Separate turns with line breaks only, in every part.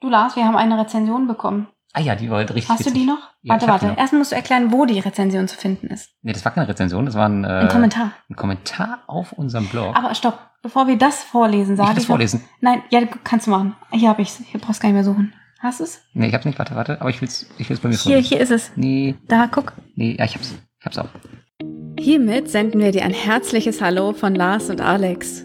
Du Lars, wir haben eine Rezension bekommen.
Ah ja, die war halt richtig
Hast du
witzig.
die noch? warte,
Ja, ich hab die
warte.
noch.
Erstmal musst du erklären, wo die Rezension zu finden ist.
Nee, das war keine Rezension, das war ein, äh,
Ein Kommentar.
ein Kommentar auf unserem Blog.
Aber stopp, bevor wir das vorlesen,
ich
sage
will das
ich. noch-
vorlesen.
Nein, ja, kannst du machen. Hier habe ich's. Hier brauchst du gar nicht mehr suchen. Hast du's?
Nee, ich hab's nicht, warte, warte, aber ich will's, ich will's bei mir
Hier,
vorlesen.
hier ist es.
Nee,
Da, guck.
nee, ja, ich hab's. Ich hab's auch.
Hiermit senden wir dir ein herzliches Hallo von Lars und Alex.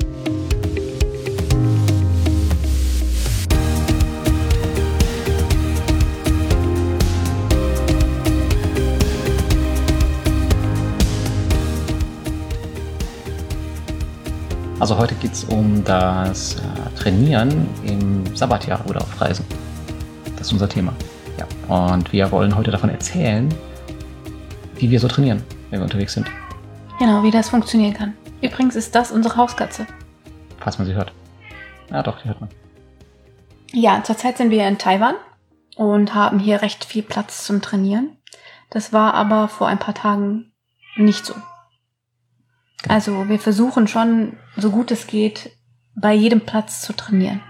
Also heute geht's um das äh, Trainieren im Sabbatjahr oder auf Reisen. Das ist unser Thema. Ja. Und wir wollen heute davon erzählen, wie wir so trainieren, wenn wir unterwegs sind,
Genau, wie das funktionieren kann. Übrigens ist das unsere Hauskatze.
falls man sie hört. Ja, doch, die hört man.
Ja, zurzeit sind wir in Taiwan und haben hier recht viel Platz zum Trainieren. Das war aber vor ein paar Tagen nicht so.
Genau.
Also wir versuchen schon, so gut es geht, bei jedem Platz zu trainieren.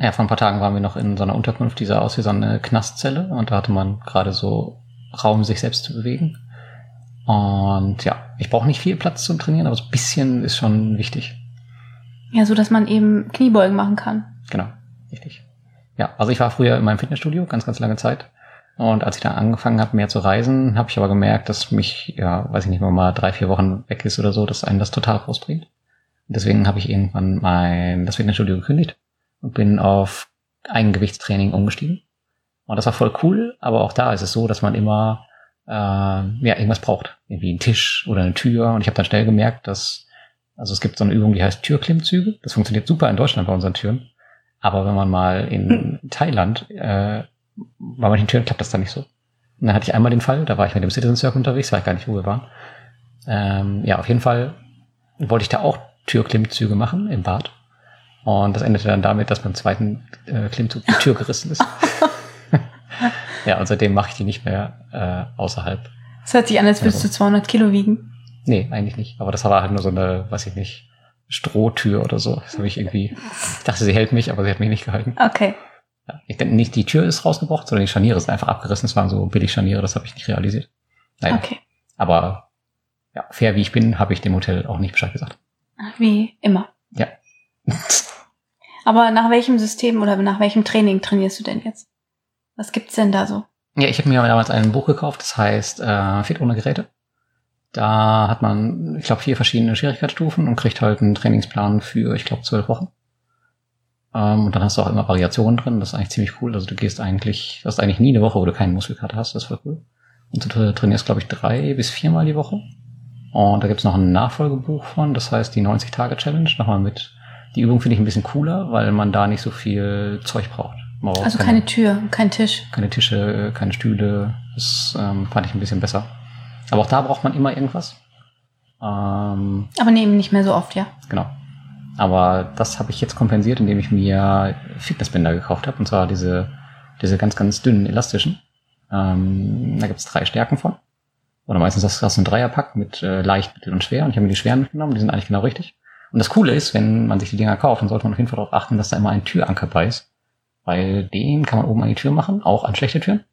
Ja, vor ein paar Tagen waren wir noch in so einer Unterkunft, die sah aus wie so eine Knastzelle und da hatte man gerade so Raum, sich selbst zu bewegen. Und ja, ich brauche nicht viel Platz zum Trainieren, aber so ein bisschen ist schon wichtig.
Ja, so dass man eben Kniebeugen machen kann.
Genau, richtig. Ja, also ich war früher in meinem Fitnessstudio ganz, ganz lange Zeit. Und als ich dann angefangen habe, mehr zu reisen, habe ich aber gemerkt, dass mich, ja, weiß ich nicht, wenn man mal drei, vier Wochen weg ist oder so, dass einen das total rausbringt. Und deswegen habe ich irgendwann mein, das Fitnessstudio gekündigt und bin auf Eigengewichtstraining umgestiegen. Und das war voll cool, aber auch da ist es so, dass man immer äh, ja, irgendwas braucht. Irgendwie einen Tisch oder eine Tür. Und ich habe dann schnell gemerkt, dass, also es gibt so eine Übung, die heißt Türklimmzüge. Das funktioniert super in Deutschland bei unseren Türen. Aber wenn man mal in Thailand, äh, bei manchen Türen klappt das dann nicht so. Und dann hatte ich einmal den Fall, da war ich mit dem Citizen Circle unterwegs, weil ich gar nicht wo wir waren. Ähm, ja, auf jeden Fall wollte ich da auch Türklimmzüge machen im Bad. Und das endete dann damit, dass beim zweiten äh, Klimmzug die Tür gerissen ist. ja, und seitdem mache ich die nicht mehr äh, außerhalb.
Das hört sich an, als würdest du 200 Kilo wiegen.
Nee, eigentlich nicht. Aber das war halt nur so eine, weiß ich nicht, Strohtür oder so. Das habe ich irgendwie, ich dachte, sie hält mich, aber sie hat mich nicht gehalten.
Okay.
Ja, ich denke nicht, die Tür ist rausgebrochen, sondern die Scharniere sind einfach abgerissen. Es waren so billig Scharniere, das habe ich nicht realisiert. Naja,
Okay.
aber ja, fair wie ich bin, habe ich dem Hotel auch nicht Bescheid gesagt.
Wie immer.
Ja.
Aber nach welchem System oder nach welchem Training trainierst du denn jetzt? Was gibt's denn da so?
Ja, ich habe mir damals ein Buch gekauft, das heißt äh, Fit ohne Geräte. Da hat man, ich glaube, vier verschiedene Schwierigkeitsstufen und kriegt halt einen Trainingsplan für, ich glaube, zwölf Wochen. Ähm, und dann hast du auch immer Variationen drin, das ist eigentlich ziemlich cool. Also du gehst eigentlich, du hast eigentlich nie eine Woche, wo du keinen Muskelkater hast, das ist voll cool. Und du tra- trainierst, glaube ich, drei bis viermal die Woche. Und da gibt's noch ein Nachfolgebuch von, das heißt die 90-Tage-Challenge, nochmal mit. Die Übung finde ich ein bisschen cooler, weil man da nicht so viel Zeug braucht. Man braucht
Also keine Tür, kein Tisch.
keine Tische, keine Stühle. Das ähm, fand ich ein bisschen besser. Aber auch da braucht man immer irgendwas. Ähm,
Aber nee, eben nicht mehr so oft, ja.
genau. Aber das habe ich jetzt kompensiert, indem ich mir Fitnessbänder gekauft habe. Und zwar diese, diese ganz, ganz dünnen, elastischen. Ähm, da gibt's drei Stärken von. Oder meistens das, das ist ein Dreierpack mit äh, leicht, mittel und schwer. Und ich habe mir die schweren mitgenommen, die sind eigentlich genau richtig. Und das Coole ist, wenn man sich die Dinger kauft, dann sollte man auf jeden Fall darauf achten, dass da immer ein Türanker bei ist. Weil den kann man oben an die Tür machen, auch an schlechte Türen.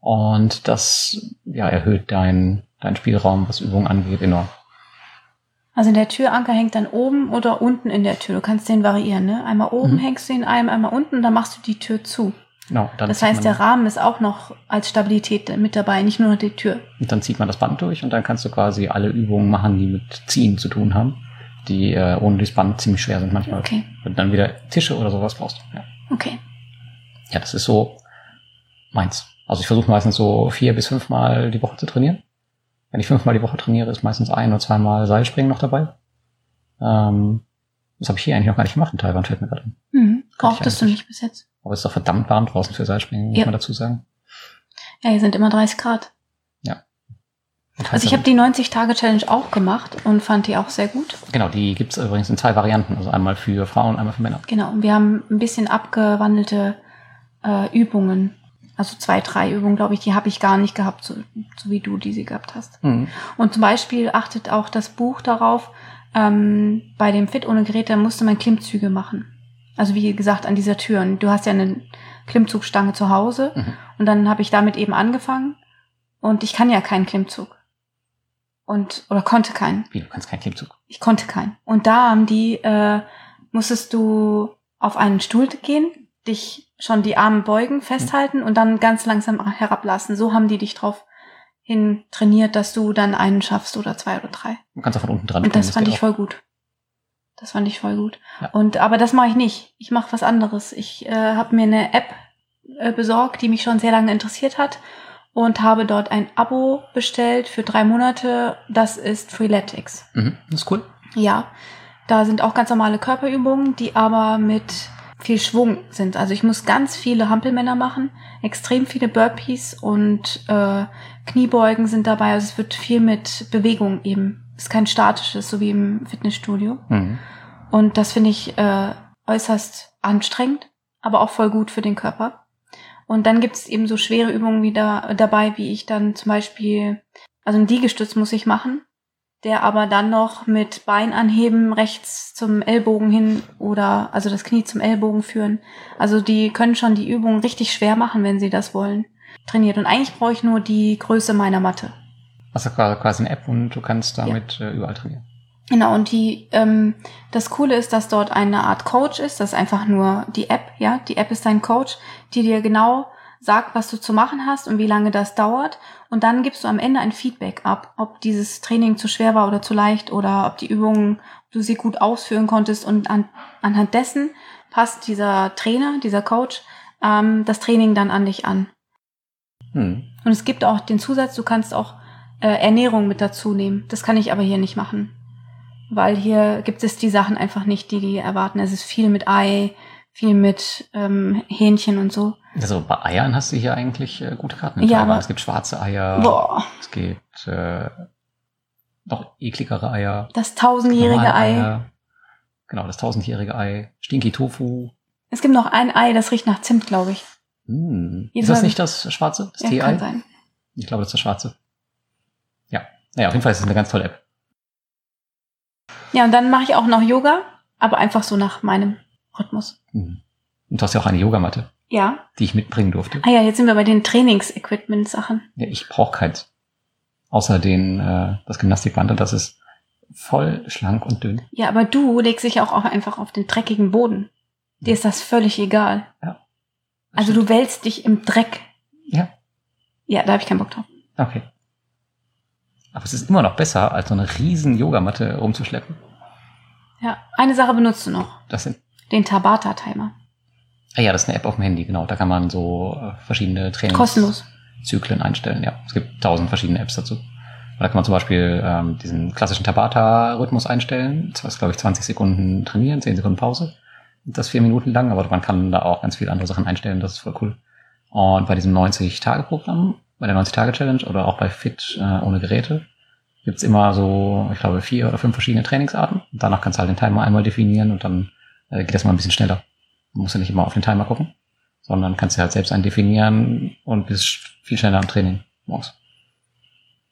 Und das ja, erhöht deinen dein Spielraum, was Übungen angeht, enorm.
Also der Türanker hängt dann oben oder unten in der Tür. Du kannst den variieren, ne? Einmal oben
Mhm.
hängst du ihn ein, einmal unten, dann machst du die Tür zu.
Genau, dann
Das
zieht
heißt,
man-
der Rahmen ist auch noch als Stabilität mit dabei, nicht nur die Tür.
Und dann zieht man das Band durch und dann kannst du quasi alle Übungen machen, die mit Ziehen zu tun haben, die äh, ohne das Band ziemlich schwer sind manchmal.
Okay,
Und dann wieder Tische oder sowas brauchst. Ja,
okay.
ja das ist so meins. Also ich versuche meistens so vier bis fünfmal die Woche zu trainieren. Wenn ich fünfmal die Woche trainiere, ist meistens ein oder zweimal Seilspringen noch dabei. Ähm, das habe ich hier eigentlich noch gar nicht gemacht in Taiwan, fällt mir gerade ein.
Mhm.
Kann ich
Brauchtest du
eigentlich.
nicht bis jetzt.
Aber es ist doch verdammt warm draußen für Seilspringen, muss
Ja.
man dazu sagen.
Ja, hier sind immer 30 Grad. Also ich habe die 90-Tage-Challenge auch gemacht und fand die auch sehr gut.
Genau, die gibt's übrigens in zwei Varianten. Also einmal für Frauen, einmal für Männer.
Genau, und wir haben ein bisschen abgewandelte äh, Übungen. Also zwei, drei Übungen, glaube ich, die habe ich gar nicht gehabt, so, so wie du die sie gehabt hast.
Mhm.
Und zum Beispiel achtet auch das Buch darauf, ähm, bei dem Fit ohne Gerät, da musste man Klimmzüge machen. Also wie gesagt, an dieser Tür. Und du hast ja eine Klimmzugstange zu Hause.
Mhm.
Und dann habe ich damit eben angefangen. Und ich kann ja keinen Klimmzug. Und, oder konnte keinen.
Wie, du kannst keinen Klimmzug.
Ich konnte keinen. Und da haben die, äh, musstest du auf einen Stuhl gehen, dich schon die Arme beugen, festhalten und dann ganz langsam herablassen. So haben die dich drauf hin trainiert, dass du dann einen schaffst oder zwei oder drei.
Du kannst auch von unten dran
Und
kommen,
das fand
geht
ich voll gut. Das fand ich voll gut.
Ja.
Und aber das mache ich nicht. Ich mache was anderes. Ich äh, habe mir eine App äh, besorgt, die mich schon sehr lange interessiert hat und habe dort ein Abo bestellt für drei Monate. Das ist Freeletics.
auch. Mhm. Das ist cool.
Ja, da sind auch ganz normale Körperübungen, die aber mit viel Schwung sind. Also ich muss ganz viele Hampelmänner machen, extrem viele Burpees und äh, Kniebeugen sind dabei. Also es wird viel mit Bewegung eben. Ist kein statisches, so wie im Fitnessstudio.
Mhm.
Und das finde ich äh, äußerst anstrengend, aber auch voll gut für den Körper. Und dann gibt's eben so schwere Übungen wie da, dabei, wie ich dann zum Beispiel, also einen Liegestütz muss ich machen, der aber dann noch mit Bein anheben, rechts zum Ellbogen hin oder also das Knie zum Ellbogen führen. Also die können schon die Übungen richtig schwer machen, wenn sie das wollen. Trainiert. Und eigentlich brauche ich nur die Größe meiner Matte.
Hast du quasi quasi eine App und du kannst damit äh, überall trainieren.
Genau, und die, ähm, das Coole ist, dass dort eine Art Coach ist, das ist einfach nur die App, ja, die App ist dein Coach, die dir genau sagt, was du zu machen hast und wie lange das dauert und dann gibst du am Ende ein Feedback ab, ob dieses Training zu schwer war oder zu leicht oder ob die Übungen du sie gut ausführen konntest und an, anhand dessen passt dieser Trainer, dieser Coach ähm, das Training dann an dich an.
Mhm.
Und es gibt auch den Zusatz, du kannst auch äh, Ernährung mit dazu nehmen. Das kann ich aber hier nicht machen. Weil hier gibt es die Sachen einfach nicht, die die erwarten. Es ist viel mit Ei, viel mit ähm, Hähnchen und so.
Also bei Eiern hast du hier eigentlich äh, gute Karten. in
Ja,
Taiwan.
aber-
es gibt schwarze Eier,
Boah,
es gibt äh, noch ekligere Eier.
das tausendjährige
normale
Ei.
Eier. Genau, das tausendjährige Ei. Stinky Tofu.
Es gibt noch ein Ei, das riecht nach Zimt, glaube ich.
Hm.
Jedes
Ist das
Mal-
nicht das schwarze? Das
Ja, kann
Tee-Ei?
sein.
Ich glaube, das ist das schwarze. Ja. Naja, auf jeden Fall ist es eine ganz tolle App.
Ja, und dann mache ich auch noch Yoga, aber einfach so nach meinem Rhythmus.
Mhm. Und du hast ja auch eine Yogamatte,
Ja.
die ich mitbringen durfte.
Ah ja, jetzt sind wir bei den Trainings-Equipment-Sachen.
Ja, ich brauche keins. Außer den, äh, das Gymnastikband und das ist voll schlank und dünn.
Ja, aber du legst dich auch einfach auf den dreckigen Boden. Dir ist das völlig egal. Also du wälzt dich im Dreck.
Ja.
Ja, da habe ich keinen Bock drauf.
Okay. Aber es ist immer noch besser, als so eine riesen Yogamatte rumzuschleppen.
Ja, eine Sache benutzt du noch.
Das sind,
Den Tabata-Timer.
ah ja, das ist eine App auf dem Handy, genau. Da kann man so äh, verschiedene Trainings.
Kostenlos.
Zyklen einstellen. Ja, es gibt tausend verschiedene Apps dazu. Da kann man zum Beispiel ähm, diesen klassischen Tabata-Rhythmus einstellen. Das ist, glaube ich, 20 Sekunden trainieren, 10 Sekunden Pause. Das ist vier Minuten lang, aber man kann da auch ganz viele andere Sachen einstellen. Das ist voll cool. Und bei diesem 90-Tage-Programm, bei der 90-Tage-Challenge oder auch bei Fit äh, ohne Geräte, gibt's immer so, ich glaube, vier oder fünf verschiedene Trainingsarten. Und danach kannst du halt den Timer einmal definieren und dann äh, geht das mal ein bisschen schneller. Du musst ja nicht immer auf den Timer gucken sondern kannst dir halt selbst einen definieren und bist viel schneller am Training morgens.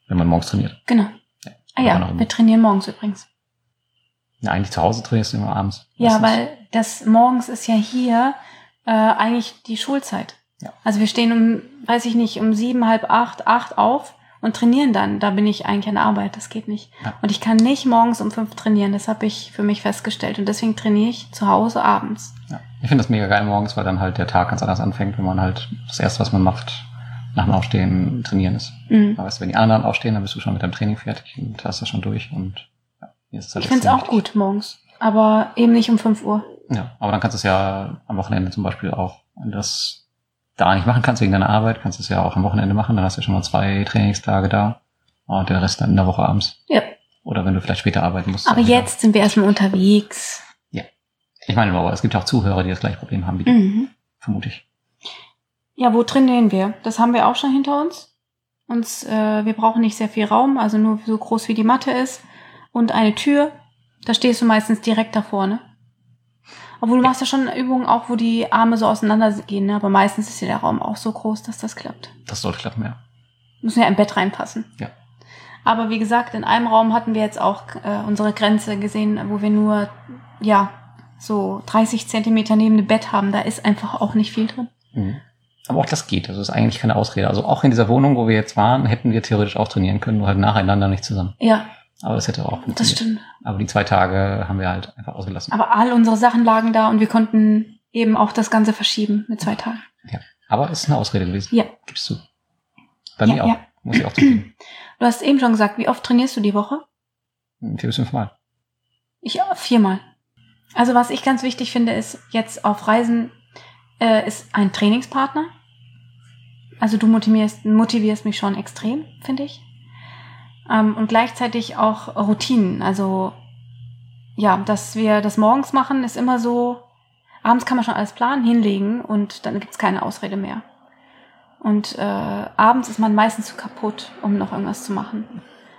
Wenn man morgens trainiert.
Genau. Ah
Oder nach
ja,
dem-
wir trainieren morgens übrigens.
ja, eigentlich zu Hause trainierst du immer abends.
Ja,
Meistens.
weil das morgens ist ja hier äh, eigentlich die Schulzeit.
Ja.
Also wir stehen um, weiß ich nicht, um sieben, halb acht, acht auf und trainieren dann. Da bin ich eigentlich an der Arbeit, das geht nicht.
Ja.
Und ich kann nicht morgens um fünf trainieren, das habe ich für mich festgestellt. Und deswegen trainiere ich zu Hause abends.
Ja. Ich finde das mega geil morgens, weil dann halt der Tag ganz anders anfängt, wenn man halt das erste, was man macht, nach dem Aufstehen trainieren ist.
Mhm.
Aber weißt du, wenn die anderen aufstehen, dann bist du schon mit deinem Training fertig und hast das schon durch und ja, mir ist das halt
Ich finde es
extrem
auch
wichtig.
gut morgens, aber eben nicht um 5 Uhr.
Ja, aber dann kannst du es ja am Wochenende zum Beispiel auch, wenn du das da nicht machen kannst wegen deiner Arbeit, kannst du es ja auch am Wochenende machen. Dann hast du schon mal zwei Trainingstage da und den Rest dann in der Woche abends.
Ja.
Oder wenn du vielleicht später arbeiten musst.
Aber
auch wieder.
jetzt sind wir erstmal unterwegs.
Ich meine, aber es gibt auch Zuhörer, die das gleiche Problem haben wie du,
Mhm.
vermute ich.
Ja, wo trainieren wir? Das haben wir auch schon hinter uns. Uns, äh, wir brauchen nicht sehr viel Raum, also nur so groß wie die Matte ist und eine Tür. Da stehst du meistens direkt davor, ne? Obwohl du machst ja schon Übungen auch, wo die Arme so auseinander gehen, ne? aber meistens ist ja der Raum auch so groß, dass das klappt.
Das sollte klappen, ja.
Müssen ja im Bett reinpassen.
Ja.
Aber wie gesagt, in einem Raum hatten wir jetzt auch äh, unsere Grenze gesehen, wo wir nur, ja, so 30 Zentimeter neben dem Bett haben. Da ist einfach auch nicht viel drin.
Mhm. Aber auch das geht. Also ist eigentlich keine Ausrede. Also auch in dieser Wohnung, wo wir jetzt waren, hätten wir theoretisch auch trainieren können, nur halt nacheinander nicht zusammen.
Ja,
Aber das hätte auch funktioniert.
das stimmt.
Aber die zwei Tage haben wir halt einfach ausgelassen.
Aber all unsere Sachen lagen da und wir konnten eben auch das Ganze verschieben mit zwei Tagen.
Aber es ist eine Ausrede gewesen.
Ja.
Gibst du. Bei
Ja,
mir auch.
ja.
Muss ich auch zugeben.
Du hast eben schon gesagt, wie oft trainierst du die Woche?
Vier bis fünfmal.
Ich äh, viermal. Also was ich ganz wichtig finde, ist jetzt auf Reisen äh, ist ein Trainingspartner. Also du motivierst, motivierst mich schon extrem, finde ich. Ähm, und gleichzeitig auch Routinen. Also ja, dass wir das morgens machen, ist immer so, abends kann man schon alles planen, hinlegen und dann gibt's keine Ausrede mehr. Und äh, abends ist man meistens zu kaputt, um noch irgendwas zu machen.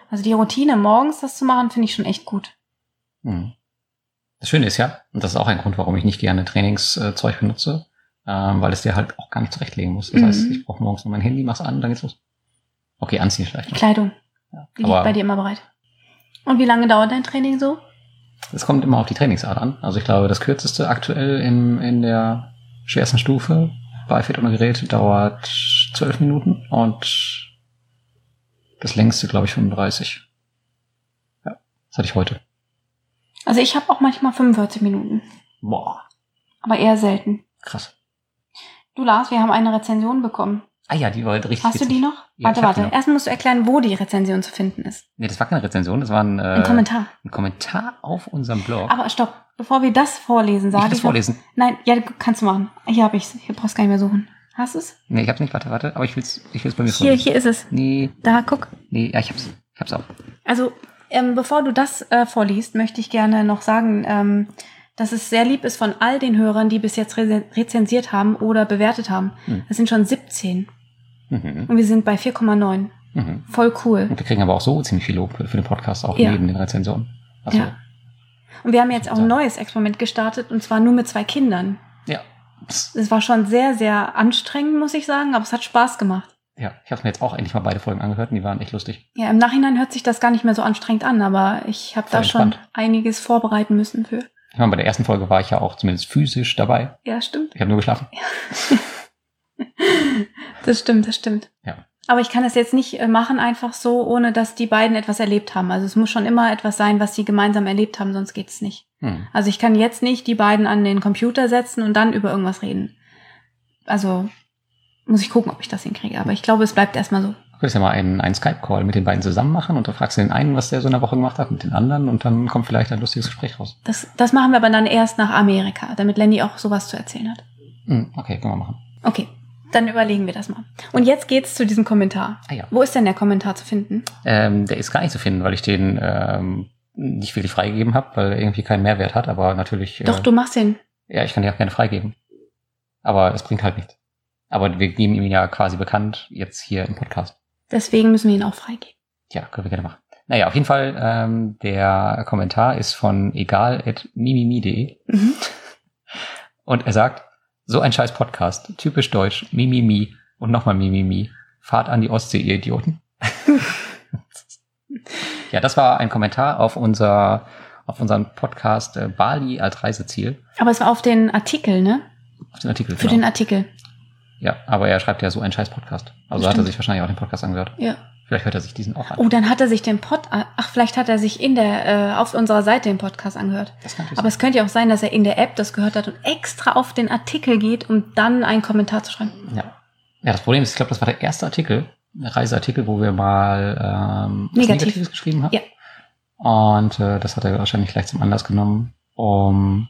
Also die Routine, morgens das zu machen, finde ich schon echt gut.
Mhm. Das Schöne ist ja, und das ist auch ein Grund, warum ich nicht gerne Trainingszeug benutze, ähm, weil es dir halt auch gar nicht zurechtlegen muss. Das
Mhm.
heißt, ich brauche morgens nur mein Handy, mach's an, dann geht's los. Okay, anziehen vielleicht
Die
noch.
Kleidung,
Ja.
die liegt bei
Aber
dir immer bereit. Und wie lange dauert dein Training so?
es kommt immer auf die Trainingsart an. Also ich glaube, das kürzeste aktuell in, in der schwersten Stufe bei Fit ohne Gerät dauert zwölf Minuten und das längste, glaube ich, 35. Ja, das hatte ich heute.
Also ich habe auch manchmal 45 Minuten,
Boah,
aber eher selten.
krass.
Du Lars, wir haben eine Rezension bekommen.
Ah ja, die war richtig
Hast du
witzig.
die noch?
Ja,
warte,
ich hab die
warte.
noch.
Erst musst du erklären, wo die Rezension zu finden ist.
Nee, das war keine Rezension, das war ein, äh,
Ein Kommentar.
ein Kommentar auf unserem Blog.
Aber stopp, bevor wir das vorlesen,
ich
sage
kann das vorlesen.
Nein, ja, kannst du machen. Hier habe ich's. Hier brauchst du gar nicht mehr suchen. Hast du's?
Nee, ich hab's nicht, warte, warte, aber ich will's, ich will's bei mir
Hier,
vorlesen.
hier ist es.
Nee,
Da, guck.
nee, ja, ich hab's. Ich hab's auch.
Also, ähm, bevor du das äh, vorliest, möchte ich gerne noch sagen, ähm, dass es sehr lieb ist von all den Hörern, die bis jetzt rese- rezensiert haben oder bewertet haben.
Hm.
Es sind schon 17
Mhm.
und wir sind bei 4,9.
Mhm.
Voll cool.
Und wir kriegen aber auch so ziemlich viel Lob für den Podcast, auch
Ja.
neben den Rezensionen. Also,
Ja. Und wir haben jetzt auch ein
Ja.
neues Experiment gestartet und zwar nur mit zwei Kindern.
ja. Psst.
Es war schon sehr, sehr anstrengend, muss ich sagen, aber es hat Spaß gemacht.
Ja, ich hab's mir jetzt auch endlich mal beide Folgen angehört und die waren echt lustig.
Ja, im Nachhinein hört sich das gar nicht mehr so anstrengend an, aber ich habe da
Voll
schon
entspannt.
einiges vorbereiten müssen für.
Ich meine, bei der ersten Folge war ich ja auch zumindest physisch dabei.
Ja, stimmt.
Ich habe nur geschlafen.
Das stimmt, das stimmt.
Ja.
Aber ich kann das jetzt nicht äh, machen einfach so, ohne dass die beiden etwas erlebt haben. Also es muss schon immer etwas sein, was sie gemeinsam erlebt haben, sonst geht's nicht.
Hm.
Also ich kann jetzt nicht die beiden an den Computer setzen und dann über irgendwas reden. Also muss ich gucken, ob ich das hinkriege. Aber ich glaube, es bleibt erstmal so.
Du könntest ja mal einen, einen Skype-Call mit den beiden zusammen machen und dann fragst du den einen, was der so in der Woche gemacht hat, mit den anderen und dann kommt vielleicht ein lustiges Gespräch raus.
Das, das machen wir aber dann erst nach Amerika, damit Lenny auch sowas zu erzählen hat.
Hm, okay, können wir machen.
Okay, dann überlegen wir das mal. Und jetzt geht's zu diesem Kommentar.
Ah ja.
Wo ist denn der Kommentar zu finden?
Ähm, der ist gar nicht zu finden, weil ich den ähm, nicht wirklich freigegeben habe, weil er irgendwie keinen Mehrwert hat, aber natürlich.
Doch,
äh,
du machst den.
Ja, ich kann den auch gerne freigeben. Aber es bringt halt nichts. Aber wir geben ihm ja quasi bekannt, jetzt hier im Podcast.
Deswegen müssen wir ihn auch freigeben.
Ja, können wir gerne machen. Naja, auf jeden Fall, ähm, der Kommentar ist von egal.mimimi.de
Mhm.
und er sagt, so ein scheiß Podcast, typisch deutsch, mimimi und nochmal mimimi. Fahrt an die Ostsee, ihr Idioten. ja, das war ein Kommentar auf unser, auf unseren Podcast äh, Bali als Reiseziel,
Aber es war auf den Artikel, ne?
auf den Artikel.
Für
genau.
den Artikel.
ja, aber er schreibt ja so ein scheiß Podcast. Also hat er
Stimmt.
sich wahrscheinlich auch den Podcast angehört.
Ja.
Vielleicht hört er sich diesen auch an.
Oh, dann hat er sich den Pod, ach, vielleicht hat er sich in der, äh, auf unserer Seite den Podcast angehört.
das kann natürlich
Aber es könnte ja auch sein, dass er in der App das gehört hat und extra auf den Artikel geht, um dann einen Kommentar zu schreiben.
sein. Ja. ja, das Problem ist, ich glaube, das war der erste Artikel, der Reiseartikel, wo wir mal ähm, was
Negativ.
Negatives geschrieben haben.
Ja.
Und äh, das hat er wahrscheinlich gleich zum Anlass genommen, um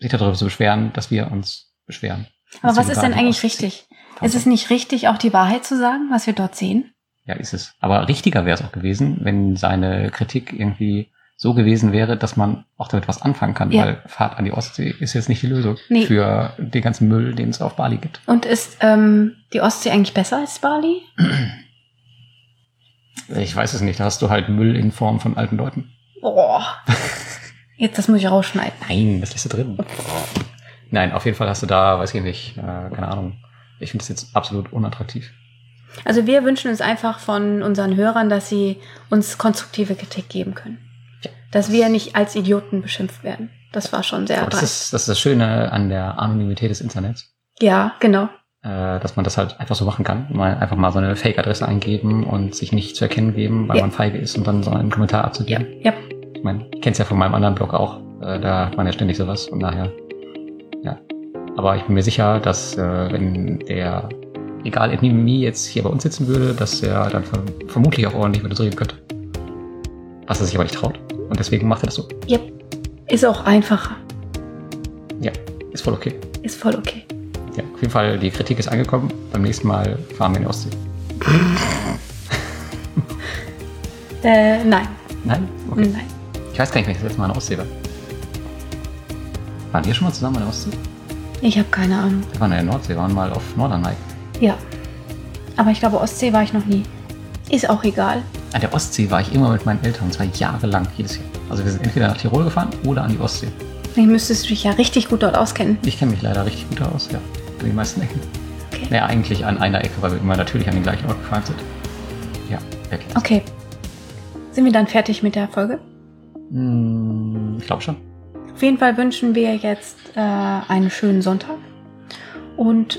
sich darüber zu beschweren, dass wir uns beschweren.
Aber was
Deswegen
ist denn
waren wir
eigentlich
auch-
richtig? Ist es nicht richtig, auch die Wahrheit zu sagen, was wir dort sehen?
Ja, ist es. Aber richtiger wäre es auch gewesen, wenn seine Kritik irgendwie so gewesen wäre, dass man auch damit was anfangen kann,
Ja.
weil Fahrt an die Ostsee ist jetzt nicht die Lösung
Nee.
für den ganzen Müll, den es auf Bali gibt.
Und ist ähm, die Ostsee eigentlich besser als Bali?
Ich weiß es nicht. Da hast du halt Müll in Form von alten Leuten.
Boah. Jetzt, das muss ich rausschneiden.
Nein, das lässt du drin. Nein, auf jeden Fall hast du da, weiß ich nicht, äh, keine Ahnung. Ich finde es jetzt absolut unattraktiv.
Also wir wünschen uns einfach von unseren Hörern, dass sie uns konstruktive Kritik geben können. Dass wir nicht als Idioten beschimpft werden. Das war schon sehr
Aber das
dreist.
ist, das ist das Schöne an der Anonymität des Internets,
Ja, genau.
äh, dass man das halt einfach so machen kann. Mal einfach mal so eine Fake-Adresse eingeben und sich nicht zu erkennen geben, weil
Ja.
man feige ist und dann so einen Kommentar abzugeben.
Ja.
Ich meine, ich kenn's ja von meinem anderen Blog auch. Äh, da hat man ja ständig sowas. Von daher, ja. Aber ich bin mir sicher, dass äh, wenn der, egal Epidemie jetzt hier bei uns sitzen würde, dass er dann ver vermutlich auch ordentlich mit uns reden könnte. Was er sich aber nicht traut. Und deswegen macht er das so.
Ist auch einfacher.
Ist voll okay.
Ist voll okay.
Ja, auf jeden Fall, die Kritik ist angekommen. Beim nächsten Mal fahren wir in die Ostsee.
Äh, nein.
Nein? Okay.
Nein.
Ich weiß gar nicht, wenn ich das letzte Mal in der Ostsee war. Waren wir schon mal zusammen in der Ostsee?
Ich habe keine Ahnung.
Wir waren ja in der Nordsee, waren mal auf Norderney.
Ja. Aber ich glaube, Ostsee war ich noch nie. Ist auch egal.
An Ah, der Ostsee war ich immer mit meinen Eltern, und zwar jahrelang jedes Jahr. Also wir sind entweder nach Tirol gefahren oder an die Ostsee.
Vielleicht müsstest du dich ja richtig gut dort auskennen.
Ich kenne mich leider richtig gut aus, ja. An den meisten Ecken.
Okay.
Naja, eigentlich an einer Ecke, weil wir immer natürlich an den gleichen Ort gefahren sind. Ja, wer kennt's?
Okay. Sind wir dann fertig mit der Folge?
Hm, ich glaube schon.
Auf jeden Fall wünschen wir jetzt äh, einen schönen Sonntag. Und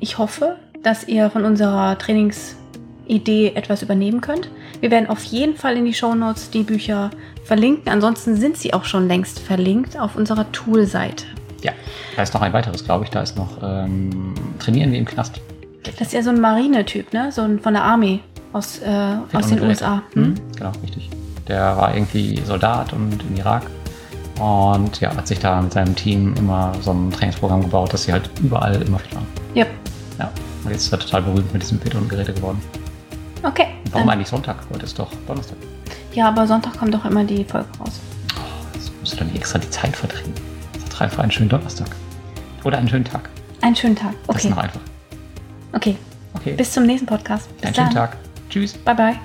ich hoffe, dass ihr von unserer Trainingsidee etwas übernehmen könnt. Wir werden auf jeden Fall in die Shownotes die Bücher verlinken. Ansonsten sind sie auch schon längst verlinkt auf unserer Tool-Seite.
Ja, da ist noch ein weiteres, glaube ich. Da ist noch ähm, Trainieren wir im Knast.
Das ist ja so ein Marinetyp, ne? So ein von der Armee aus, äh, aus den USA. Hm?
Hm? Genau, richtig. Der war irgendwie Soldat und im Irak. Und ja, hat sich da mit seinem Team immer so ein Trainingsprogramm gebaut, dass sie halt überall immer fit waren.
Ja.
Ja, und jetzt ist er total berühmt mit diesem Python-Geräte geworden.
Okay.
Warum
Dann,
eigentlich Sonntag? Heute ist doch Donnerstag.
ja, aber Sonntag kommt doch immer die Folge raus.
Jetzt musst du dann extra die Zeit vertreiben. Vertreib einfach einen schönen Donnerstag. Oder einen schönen Tag.
Einen schönen Tag.
Das ist
Okay.
noch einfach.
Okay.
Okay,
Bis zum nächsten Podcast. Bis
einen schönen Tag. Tschüss.
Bye bye.